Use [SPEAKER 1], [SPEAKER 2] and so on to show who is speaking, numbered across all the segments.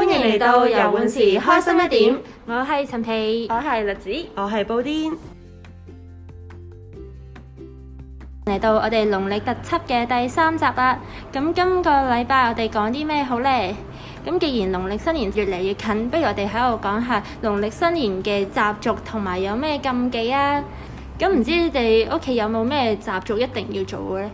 [SPEAKER 1] 迎嚟到游玩時開心一點，
[SPEAKER 2] 我係陳皮
[SPEAKER 3] 我。係栗子，
[SPEAKER 1] 我係布甸，
[SPEAKER 2] 嚟到我哋農曆特輯嘅第三集啦，咁今個禮拜我哋講啲咩好呢？咁既然農曆新年越嚟越近，不如我哋喺度講下農曆新年嘅習俗同埋有咩禁忌啊？咁唔知你哋屋企有冇咩習俗一定要做嘅呢？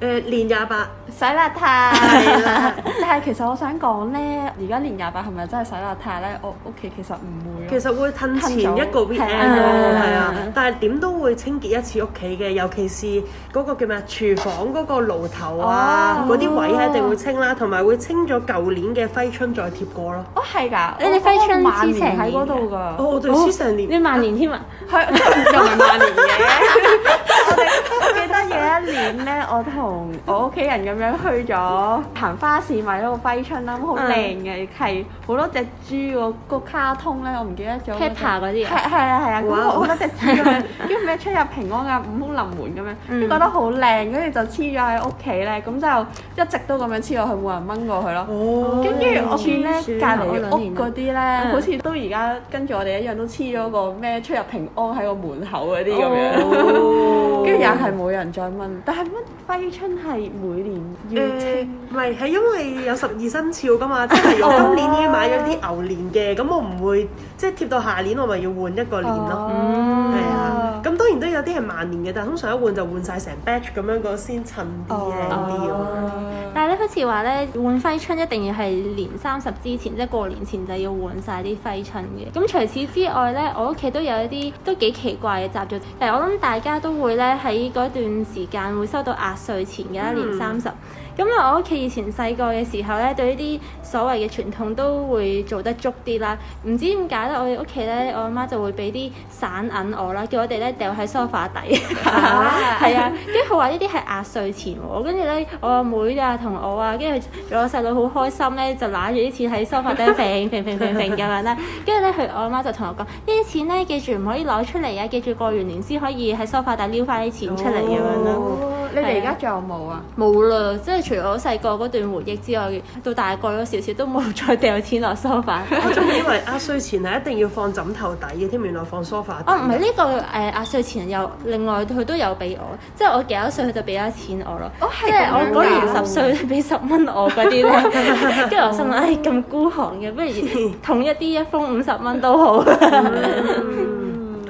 [SPEAKER 1] 誒年呃廿八
[SPEAKER 3] 洗邋
[SPEAKER 1] 係
[SPEAKER 3] 遢。
[SPEAKER 1] 啦。
[SPEAKER 3] 但係其實我想講咧，而家年廿八係咪真係洗邋遢咧？我屋企其實唔會咯。啊
[SPEAKER 1] 其實會褪前一個
[SPEAKER 3] 褪早
[SPEAKER 1] weekend
[SPEAKER 3] 係
[SPEAKER 1] 咯，
[SPEAKER 3] 啊
[SPEAKER 1] 係啊，但係點都會清潔一次屋企嘅，尤其是嗰個叫咩啊廚房嗰個爐頭啊，
[SPEAKER 3] 哦
[SPEAKER 1] 嗰啲位係一定會清啦，同埋會清咗舊年嘅揮春再貼過咯。
[SPEAKER 3] 哦係㗎，
[SPEAKER 2] 你哋
[SPEAKER 3] 我
[SPEAKER 2] 揮春
[SPEAKER 3] 我萬
[SPEAKER 2] 之前
[SPEAKER 3] 年喺嗰度㗎。
[SPEAKER 1] 哦，我哋黐成
[SPEAKER 2] 你
[SPEAKER 1] 年，
[SPEAKER 2] 萬年添啊！
[SPEAKER 3] 係又唔係萬年嘅。 我哋記得有一年咧，我同我屋企人咁樣去咗行花市買咗個揮春啦，咁好
[SPEAKER 2] 嗯
[SPEAKER 3] 靚嘅，係好多隻豬個個卡通咧，我唔記得咗。
[SPEAKER 2] Peppa 嗰啲啊
[SPEAKER 3] 係係啊係啊，咁
[SPEAKER 1] 哇
[SPEAKER 3] 好多隻豬咁樣，跟住咩出入平安啊，五福臨門咁樣，
[SPEAKER 1] 嗯
[SPEAKER 3] 跟住覺得好靚，跟住就黐咗喺屋企咧，咁就一直都咁樣黐落去，冇人掹過佢咯。
[SPEAKER 1] 哦，啊
[SPEAKER 3] 跟住我見咧
[SPEAKER 2] 鼠
[SPEAKER 3] 隔離
[SPEAKER 2] 我兩
[SPEAKER 3] 屋
[SPEAKER 2] 年
[SPEAKER 3] 嗰啲
[SPEAKER 1] 嗯
[SPEAKER 3] 咧，好似都而家跟住我哋一樣都黐咗個咩出入平安喺個門口嗰啲咁樣，
[SPEAKER 1] 哦
[SPEAKER 3] 跟住又係冇人再問。但係乜揮春係每年
[SPEAKER 2] 嗯
[SPEAKER 3] 要
[SPEAKER 1] 誒
[SPEAKER 3] 清？
[SPEAKER 1] 呃唔係，係因為有十二生肖噶 嘛，即係我
[SPEAKER 2] 哦
[SPEAKER 1] 今年已經買咗啲牛年嘅，咁我唔會即係貼到下年，我咪要換一個年咯。
[SPEAKER 3] 哦
[SPEAKER 1] 係啊，咁當然都有啲係萬年嘅，但係通常一換就換晒成 batch 咁樣個先襯啲
[SPEAKER 2] 哦
[SPEAKER 1] 靚啲咁樣。
[SPEAKER 3] 嗯
[SPEAKER 2] 但係咧，好似話咧，換揮春一定要係年三十之前，即係過年前就要換晒啲揮春嘅。咁除此之外咧，我屋企都有一啲都幾奇怪嘅習俗。誒，我諗大家都會咧喺嗰段時間會收到壓歲錢嘅啦，年三十。咁啊，我屋企以前細個嘅時候咧，對呢啲所謂嘅傳統都會做得足啲啦。唔知點解咧，我哋屋企咧，我阿媽就會俾啲散銀我啦，叫我哋咧掉喺梳化底。 係啊，跟住佢話呢啲係壓歲錢喎，跟住咧我阿妹啊同我啊，跟住我細佬好開心咧，就揦住啲錢喺梳化底揈揈揈揈揈咁樣啦。跟住咧佢我阿媽就同我講：呢啲錢咧記住唔可以攞出嚟啊，記住過完年先可以喺梳化底撩翻啲錢出嚟咁樣啦。
[SPEAKER 3] 哦你哋而家仲有冇啊？
[SPEAKER 2] 冇啦，即係除咗細個嗰段回憶之外，到大個咗少少都冇再掉錢落梳 化。
[SPEAKER 1] 我仲以為壓歲錢係一定要放枕頭底嘅添，原來放 sofa 底。
[SPEAKER 2] 哦，唔係呢個誒、壓歲錢又另外佢都有俾我，即係我幾多歲佢就俾咗錢我咯。
[SPEAKER 3] 哦
[SPEAKER 2] 即
[SPEAKER 3] 係
[SPEAKER 2] 係
[SPEAKER 3] 咁樣
[SPEAKER 2] 我嗰年
[SPEAKER 3] 㗎
[SPEAKER 2] 十歲俾十蚊我嗰啲咧， 跟住我心諗，唉咁孤寒嘅，不如統一啲一封五十蚊都好。
[SPEAKER 3] 哦
[SPEAKER 1] 嗯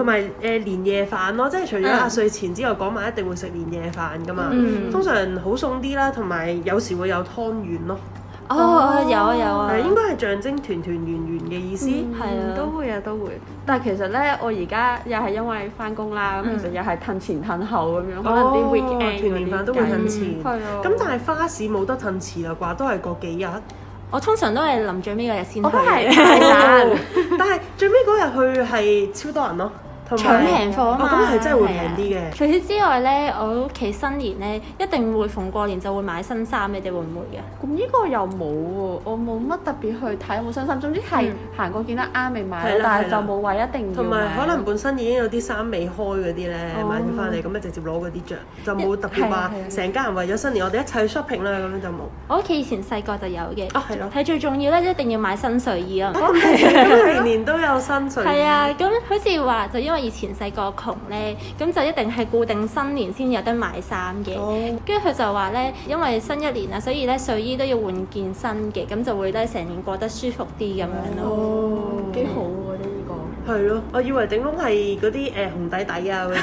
[SPEAKER 1] 同埋誒年夜飯咯，即係除咗壓歲錢之外，嗰晚一定會食年夜飯噶嘛。
[SPEAKER 2] 嗯
[SPEAKER 1] 通常好餸啲啦，同埋有時會有湯圓咯，
[SPEAKER 2] 哦，有啊有啊
[SPEAKER 1] 係，應該係象徵團團圓圓嘅意思。
[SPEAKER 2] 係啊
[SPEAKER 3] 都會啊，都會。但係其實咧，我而家又係因為翻工啦，咁其實又係褪前褪後咁樣，可能啲
[SPEAKER 1] 哦
[SPEAKER 3] weekend
[SPEAKER 1] 團年飯都會
[SPEAKER 3] 嗰啲
[SPEAKER 1] 褪錢，
[SPEAKER 3] 係啊
[SPEAKER 1] 咁但係花市冇得褪遲啦啩，都係嗰幾日。
[SPEAKER 2] 我通常都係臨最尾嗰日先去
[SPEAKER 3] 我都哦係
[SPEAKER 2] 嘅，
[SPEAKER 3] 太難。
[SPEAKER 1] 哦但係最尾嗰日去係超多人咯，同
[SPEAKER 2] 搶
[SPEAKER 1] 埋
[SPEAKER 2] 平貨啊嘛，
[SPEAKER 1] 哦咁係真係會
[SPEAKER 2] 啊
[SPEAKER 1] 平啲嘅
[SPEAKER 2] 除此之外咧，我屋企新年咧一定會逢過年就會買新衫，你哋會唔會嘅？
[SPEAKER 3] 咁呢個又冇喎，我冇乜特別去睇，冇信心。總之係行過見得啱咪買
[SPEAKER 1] 係
[SPEAKER 3] 咯，
[SPEAKER 1] 啦
[SPEAKER 3] 嗯但係
[SPEAKER 1] 係
[SPEAKER 3] 就
[SPEAKER 1] 啦
[SPEAKER 3] 冇話一定要
[SPEAKER 1] 同埋可能
[SPEAKER 3] 買
[SPEAKER 1] 本身已經有啲衫未開嗰啲咧，
[SPEAKER 3] 哦
[SPEAKER 1] 買咗翻嚟咁咪直接攞嗰啲着，就冇特別
[SPEAKER 3] 係啊
[SPEAKER 1] 話
[SPEAKER 3] 係啊
[SPEAKER 1] 成家人為咗新年我哋一齊去 shopping 啦咁樣就冇。
[SPEAKER 2] 我屋企以前細個就有嘅，哦
[SPEAKER 1] 啊係咯
[SPEAKER 2] 係最重要咧，一定要買新睡衣啊！
[SPEAKER 1] 咁年年都有新水。
[SPEAKER 2] 係啊，咁好似話就因為以前細個窮咧，咁就一定係固定新年先有得買衫嘅。
[SPEAKER 1] 哦
[SPEAKER 2] 跟住佢就話咧，因為新一年啊，所以咧睡衣都要換件新嘅，咁就會咧成年過得舒服啲咁樣咯。
[SPEAKER 1] 哦，
[SPEAKER 3] 幾好喎呢個。
[SPEAKER 1] 係咯，我以為頂籠係嗰啲誒紅底底啊嗰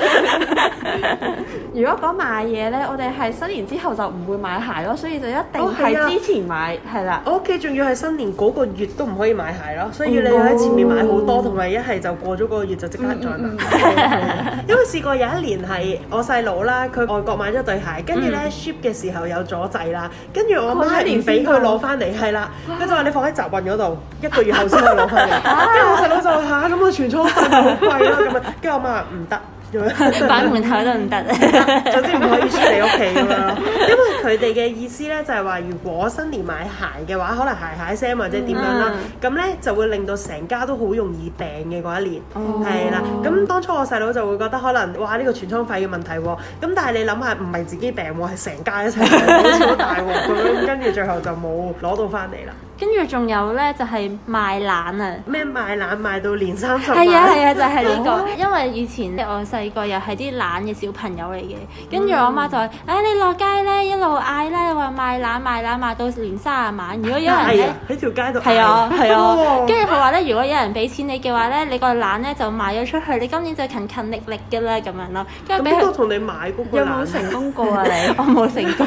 [SPEAKER 1] 啲。
[SPEAKER 3] 如果講買嘢咧，我哋係新年之後就唔會買鞋咯，所以就一定
[SPEAKER 1] 哦係啊
[SPEAKER 3] 係之前買係啦。
[SPEAKER 1] 我屋企仲要係新年嗰個月都唔可以買鞋咯，所以你要喺前面買好多，同埋一係就過咗嗰個月就即刻再買。 因為試過有一年係我細佬啦，佢外國買咗對鞋，跟住咧 ship 嘅時候有阻滯啦，跟住我媽係唔俾佢攞翻嚟，係啦，佢就話你放喺集運嗰度，一個月後先可以攞翻嚟。跟住我細佬就話吓，咁我全倉費咪好貴咯咁啊，跟住我媽話唔得咁樣。
[SPEAKER 2] 擺門口都唔得。
[SPEAKER 1] 總之唔可以出嚟屋企咁樣咯，因為佢佢哋嘅意思咧就係話，如果新年買鞋嘅話，可能鞋鞋聲或者點樣啦，
[SPEAKER 2] 嗯
[SPEAKER 1] 咁咧、就會令到成家都好容易病嘅嗰一年。
[SPEAKER 2] 哦
[SPEAKER 1] 係啦，咁當初我細佬就會覺得可能哇呢、個全倉費嘅問題喎，咁但係你諗下唔係自己病喎，係成家一齊病，好似好大鑊咁樣，跟住最後就冇攞到翻嚟啦。
[SPEAKER 2] 跟住仲有咧就係賣懶啊。
[SPEAKER 1] 咩賣懶賣到年三十
[SPEAKER 2] 係啊
[SPEAKER 1] 晚
[SPEAKER 2] 係啊，就係、呢、個，因為以前我細個又係啲懶嘅小朋友嚟嘅，跟住我媽就話：，誒、你落街咧一路嗌咧，話賣懶賣懶賣到年三十晚，如果有人
[SPEAKER 1] 係
[SPEAKER 2] 咧
[SPEAKER 1] 啊。哦喺條街度
[SPEAKER 2] 係啊，係啊，
[SPEAKER 1] 哇
[SPEAKER 2] 跟住佢話咧，如果有人俾錢你嘅話咧，你個懶咧就賣咗出去，你今年就勤勤力力嘅啦，咁樣咯。跟
[SPEAKER 1] 哦咁
[SPEAKER 2] 住俾
[SPEAKER 1] 邊個
[SPEAKER 2] 佢，
[SPEAKER 1] 同你買嗰個
[SPEAKER 3] 有
[SPEAKER 1] 懶
[SPEAKER 3] 冇
[SPEAKER 1] 係
[SPEAKER 3] 成功過 啊你？
[SPEAKER 2] 我冇成功，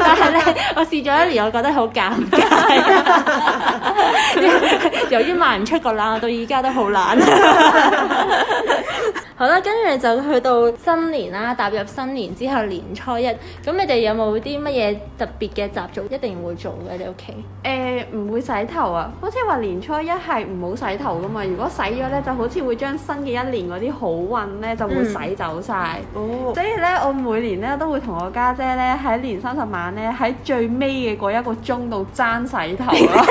[SPEAKER 2] 但係咧，我試咗一年，我覺得好尷尬。 由於賣唔出個懶，我到而家都好 懶。好啦，跟住就去到新年啦，踏入新年之後年初一，咁你哋有冇啲乜嘢特別嘅習俗一定會做嘅？你屋企？
[SPEAKER 3] 誒呃唔、會洗頭啊！好似話年初一係唔好洗頭噶嘛，如果洗咗咧，就好似會將新嘅一年嗰啲好運咧就會洗走晒。
[SPEAKER 1] 哦，
[SPEAKER 3] 所以咧，我每年咧都會同我家姐咧喺年三十晚咧喺最尾嘅嗰一個鐘度爭洗頭咯。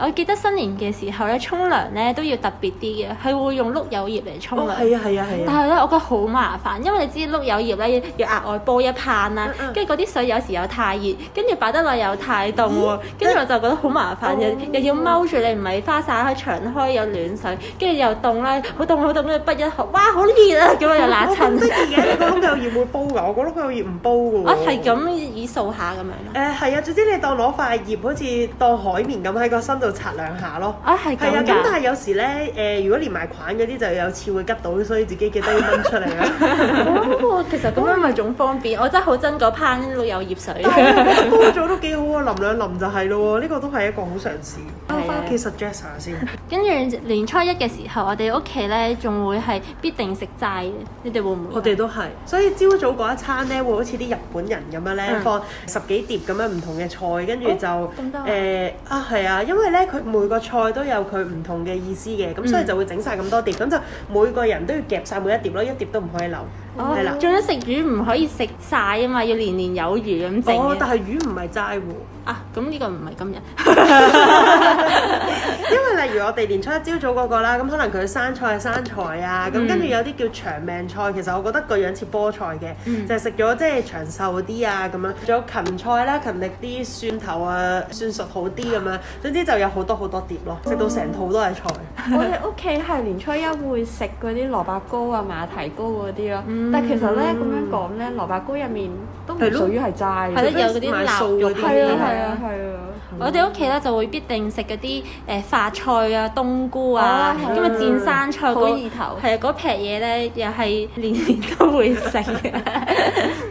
[SPEAKER 2] 我記得新年嘅時候咧，沖涼咧都要特別啲嘅，佢會用碌柚葉嚟沖
[SPEAKER 1] 哦
[SPEAKER 2] 涼。
[SPEAKER 1] 係啊係啊係
[SPEAKER 2] 但
[SPEAKER 1] 啊，
[SPEAKER 2] 係咧，我覺得好麻煩，因為你知碌柚葉咧要額外煲一烹啦
[SPEAKER 1] 嗯，嗯
[SPEAKER 2] 跟住嗰啲水有時又太熱，跟住擺得耐又太凍
[SPEAKER 1] 嗯
[SPEAKER 2] 喎，跟住我就覺得好麻煩，
[SPEAKER 1] 哦
[SPEAKER 2] 又又要踎住你，唔係花灑開長開有暖水，跟住又凍啦，好凍好凍，跟住不一學，哇好熱啊，咁我又乸
[SPEAKER 1] 我 咁得
[SPEAKER 2] 親，
[SPEAKER 1] 意嘅，你個碌柚葉會煲㗎，我個碌柚葉唔煲㗎喎。
[SPEAKER 2] 我啊係咁以掃下咁樣咯，
[SPEAKER 1] 誒係啊，總之你當攞塊葉好似當海綿咁喺個身度擦兩下咯。
[SPEAKER 2] 啊係
[SPEAKER 1] 係啊，
[SPEAKER 2] 咁
[SPEAKER 1] 咁但
[SPEAKER 2] 㗎，
[SPEAKER 1] 係有時咧，誒、如果連埋菌嗰啲就有刺會吉到，所以自己記得要掹出嚟 啊。
[SPEAKER 2] 哦其實咁樣咪仲方便，我真係好憎嗰烹碌柚葉水。
[SPEAKER 1] 啊煲咗都幾好啊，淋兩淋就係咯喎，呢、個都係一個好嘗試。
[SPEAKER 2] 係啊
[SPEAKER 1] 我翻屋企 suggest 下啊先。
[SPEAKER 2] 跟住年初一嘅時候，我哋屋企咧仲會係必定食齋嘅，你哋會啊唔會？
[SPEAKER 1] 我哋都係，所以朝早嗰一餐咧，會好似啲日本人咁樣咧，
[SPEAKER 2] 嗯
[SPEAKER 1] 放十幾碟咁樣唔同嘅菜，跟住就誒、
[SPEAKER 2] 咁多啊
[SPEAKER 1] 啊係啊，因為咧佢每個菜都有佢唔同嘅意思嘅，咁
[SPEAKER 2] 嗯
[SPEAKER 1] 所以就會整晒咁多碟，咁就每個人都要夾晒每一碟咯，一碟都唔可以漏，
[SPEAKER 2] 哦
[SPEAKER 1] 係啦。
[SPEAKER 2] 仲有食魚唔可以食晒啊嘛，要年年有餘咁整
[SPEAKER 1] 哦，但係
[SPEAKER 2] 嘅。
[SPEAKER 1] 魚唔係齋喎，
[SPEAKER 2] 啊，咁呢個唔係今日。
[SPEAKER 1] 因為例如我哋年初一朝早嗰個啦，咁可能佢生菜係生菜啊，
[SPEAKER 2] 嗯
[SPEAKER 1] 咁跟住有啲叫長命菜，其實我覺得個樣似菠菜嘅，
[SPEAKER 2] 嗯
[SPEAKER 1] 就係食咗即係長壽啲啊咁樣，仲有芹菜啦，勤力啲，蒜頭啊，蒜熟好啲咁樣，總之就有好多好多碟咯，食到成套都係菜。
[SPEAKER 2] 嗯
[SPEAKER 3] 我哋屋企係年初一會食嗰啲蘿蔔糕啊、馬蹄糕嗰啲咯，但其實咧咁樣講咧，蘿蔔糕入面都唔
[SPEAKER 1] 係咯
[SPEAKER 3] 屬於係齋嘅。
[SPEAKER 2] 係咯有嗰啲
[SPEAKER 1] 買素
[SPEAKER 2] 臘肉
[SPEAKER 1] 嗰啲
[SPEAKER 3] 係
[SPEAKER 2] 係啊
[SPEAKER 3] 啊係啊係啊！
[SPEAKER 2] 我哋屋企咧就會必定食嗰啲誒發菜啊、冬菇啊，
[SPEAKER 3] 哦
[SPEAKER 2] 咁啊煎生菜
[SPEAKER 3] 好
[SPEAKER 2] 嗰
[SPEAKER 3] 意頭
[SPEAKER 2] 係啊嗰撇嘢咧又係年年都會食嘅。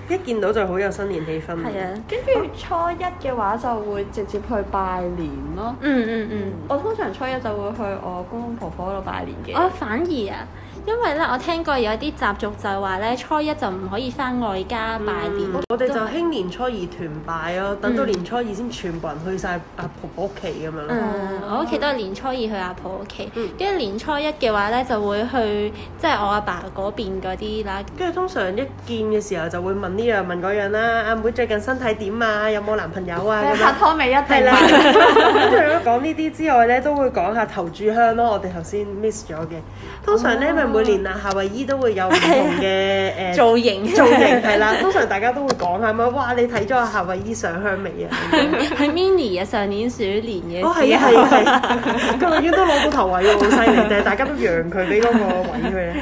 [SPEAKER 1] 一見到就好有新年氣氛。
[SPEAKER 2] 係啊，
[SPEAKER 3] 跟住初一嘅話就會直接去拜年咯。
[SPEAKER 2] 嗯嗯嗯。
[SPEAKER 3] 我通常初一就會去我公公婆婆嗰度拜年嘅。
[SPEAKER 2] 我反而啊，因為咧我聽過有啲習俗就係話咧初一就唔可以翻外家拜年。
[SPEAKER 1] 嗯我哋就興年初二團拜咯，等到年初二先全部人去晒阿婆婆屋企咁樣咯。
[SPEAKER 2] 嗯嗯，我屋企都係年初二去阿婆屋企
[SPEAKER 1] 哦嗯，
[SPEAKER 2] 跟住年初一嘅話咧就會去即係我阿爸嗰邊嗰啲啦。
[SPEAKER 1] 跟住通常一見嘅時候就會問呢樣問嗰樣啦，阿妹最近身體點啊？有冇男朋友 啊？
[SPEAKER 3] 咩
[SPEAKER 1] 咁
[SPEAKER 3] 拍
[SPEAKER 1] 樣
[SPEAKER 3] 拖未一定
[SPEAKER 1] 係啦，
[SPEAKER 3] 拜
[SPEAKER 1] 咁除咗講呢啲之外咧，都會講下頭炷香咯。我哋頭先 miss 咗嘅，通常咧咪每年啊夏威夷都會有唔同嘅誒
[SPEAKER 2] 造型
[SPEAKER 1] 造型係啦，通常大家都會講下嘛。哇！你睇咗夏威夷上香未啊？
[SPEAKER 2] 係 mini 啊，上年鼠年嘅
[SPEAKER 1] 哦，係
[SPEAKER 2] 時
[SPEAKER 1] 啊，
[SPEAKER 2] 候
[SPEAKER 1] 係 啊，係啊，佢已經都攞到頭位喎，好犀利！但係大家都讓佢俾嗰個位佢咧，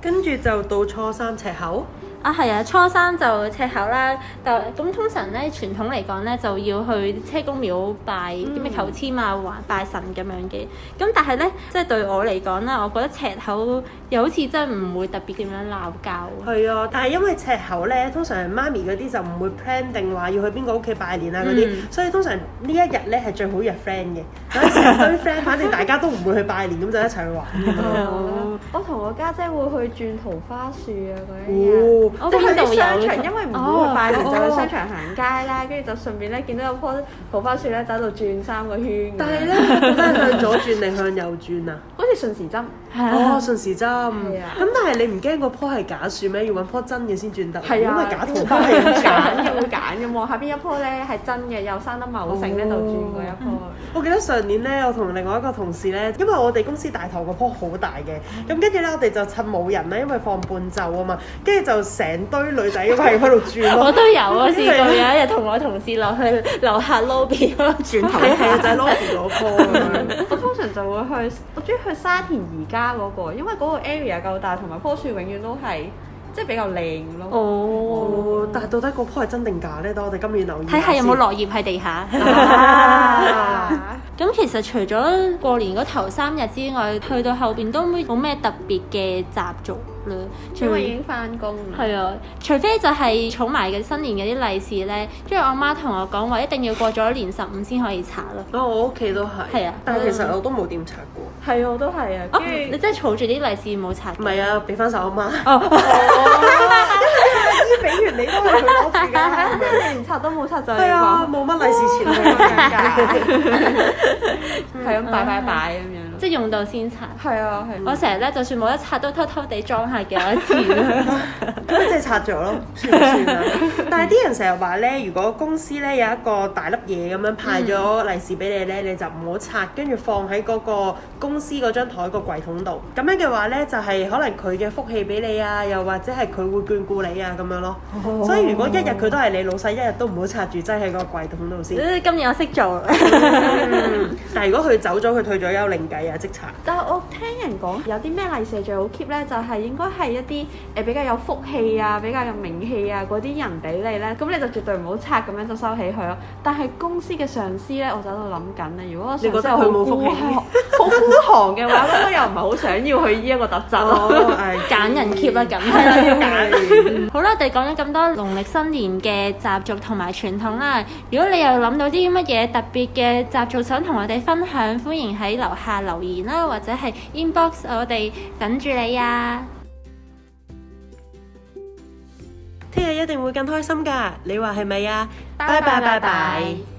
[SPEAKER 1] 跟住就到初三赤口。
[SPEAKER 2] 啊係啊，初三就赤口啦，就咁通常咧傳統嚟講咧就要去車公廟拜啲咩求籤啊、還拜神咁樣嘅。咁但係咧，即係對我嚟講啦，我覺得赤口又好似真係唔會特別點樣鬧交喎。
[SPEAKER 1] 係啊，但係因為赤口咧，通常媽咪嗰啲就唔會 plan 定話要去邊個屋企拜年啊嗰啲，
[SPEAKER 2] 嗯
[SPEAKER 1] 所以通常呢一日咧係最好約 friend 嘅，咁成堆 friend，反正大家都唔會去拜年，咁就一齊去玩咁樣 咯。
[SPEAKER 3] 哦我同我家姐會去轉桃花樹啊嗰一日。
[SPEAKER 1] 哦，
[SPEAKER 2] 我
[SPEAKER 3] 即係去
[SPEAKER 2] 邊
[SPEAKER 3] 啊
[SPEAKER 2] 度
[SPEAKER 3] 啲
[SPEAKER 2] 有
[SPEAKER 3] 商
[SPEAKER 2] 呢
[SPEAKER 3] 場，
[SPEAKER 2] 個
[SPEAKER 3] 因為唔佢拜年就
[SPEAKER 1] 哦
[SPEAKER 3] 去商場行街啦，跟住就順便咧見到有棵桃花樹咧，就喺度轉三個圈咁樣。
[SPEAKER 1] 但係咧，佢覺得係 向左轉定向右轉啊？
[SPEAKER 3] 好似順時針，
[SPEAKER 1] 哦，順時針。
[SPEAKER 3] 啊係啊
[SPEAKER 1] 咁但係你唔驚個棵係假樹咩？要揾棵真嘅先轉得。
[SPEAKER 3] 係
[SPEAKER 1] 因
[SPEAKER 3] 啊，
[SPEAKER 1] 為假桃花係咁
[SPEAKER 3] 揀
[SPEAKER 1] 假。
[SPEAKER 3] 嘅會揀嘅喎，下邊一棵咧係真嘅，又生得茂盛咧就轉過一棵。
[SPEAKER 1] 我記得上年咧，我同另外一個同事咧，因為我哋公司大堂個棵好大嘅，
[SPEAKER 2] 嗯
[SPEAKER 1] 咁跟住咧我哋就趁冇人咧，因為放伴奏啊嘛，跟住就成堆女仔咁喺嗰度轉
[SPEAKER 2] 我
[SPEAKER 1] 咯。
[SPEAKER 2] 都有 啊，試過有一日同我同事落去樓下 lobby 嗰度轉頭
[SPEAKER 1] 係係就係 Lobby 嗰棵咁樣。
[SPEAKER 3] 我通常就會去，我中意去沙田而家嗰個，因為嗰個 area 夠大，同埋棵樹永遠都係即係比較靚咯。
[SPEAKER 2] 哦，
[SPEAKER 1] 哦，但係到底嗰棵係真定假咧？等我哋今年留意
[SPEAKER 2] 睇下有冇
[SPEAKER 1] 先
[SPEAKER 2] 落葉喺地 下。
[SPEAKER 3] 啊
[SPEAKER 2] 咁其實除咗過年嗰頭三日之外，去到後邊都冇咩特別嘅習俗啦。除
[SPEAKER 3] 因為已經翻工啦。
[SPEAKER 2] 係啊，除非就係儲埋嘅新年嗰啲利是咧，跟住我媽同我講話一定要過咗年十五先可以拆咯。
[SPEAKER 1] 啊！我屋企都係，
[SPEAKER 2] 係啊
[SPEAKER 1] 但係其實我都冇點拆過。
[SPEAKER 3] 係啊，我都係啊。
[SPEAKER 2] 哦，
[SPEAKER 3] 跟
[SPEAKER 2] 你
[SPEAKER 3] 住
[SPEAKER 2] 真係儲住啲利是冇拆嘅？
[SPEAKER 1] 唔係啊，俾翻晒我媽。
[SPEAKER 2] 哦
[SPEAKER 1] 哦 俾完你都係佢攞住
[SPEAKER 3] 係啊，
[SPEAKER 1] 㗎。
[SPEAKER 3] 即係你連拆都冇拆就
[SPEAKER 1] 係啊，冇乜利是錢
[SPEAKER 3] 係
[SPEAKER 1] 佢
[SPEAKER 3] 咁係咁擺擺擺咁樣咯。
[SPEAKER 2] 即係用到先拆。
[SPEAKER 3] 嗯係啊，係。
[SPEAKER 2] 我成日咧，就算冇得拆，都偷偷地裝下嘅有一次 啦。
[SPEAKER 1] 咁即係拆咗咯，算唔算啊？但係啲人成日話咧，如果公司咧有一個大粒嘢咁樣派咗
[SPEAKER 2] 嗯
[SPEAKER 1] 利是俾你咧，你就唔好拆，跟住放喺嗰個公司嗰張台個櫃桶度。咁樣嘅話咧，就係可能佢嘅福氣俾你啊，又或者係佢會眷顧你啊咁樣咯。
[SPEAKER 2] 哦
[SPEAKER 1] 所以如果一日佢都係你老細，一日都唔好拆住，擠喺個櫃桶度 先。
[SPEAKER 2] 誒今年我識做，
[SPEAKER 1] 嗯但係如果佢走咗，佢退咗休另計啊，即拆。
[SPEAKER 3] 但係我聽人講有啲咩利是係最好 keep 咧，就係、應該係一啲誒比較有福氣啊、比較有名氣啊嗰啲人俾你咧，咁你就絕對唔好拆咁樣就收起佢咯。但係公司嘅上司咧，我就喺度諗緊咧，如果我上
[SPEAKER 1] 你覺
[SPEAKER 3] 司
[SPEAKER 1] 得
[SPEAKER 3] 好
[SPEAKER 1] 佢冇
[SPEAKER 3] 孤
[SPEAKER 1] 福氣
[SPEAKER 3] 寒、好孤寒嘅話，咁我又唔係好想要佢呢一個特質咯。
[SPEAKER 1] 哦，
[SPEAKER 2] 揀人 keep 啦咁。
[SPEAKER 1] 係啦，要 揀。
[SPEAKER 2] 好啦，我哋講咗咁多農曆新年嘅習俗同埋傳統啦。如果你又諗到啲乜嘢特別嘅習俗想同我哋分享，歡迎喺樓下留言啦，或者係 inbox 我哋等住你啊！
[SPEAKER 1] 聽日一定會更開心㗎，你話係咪啊？拜拜拜拜。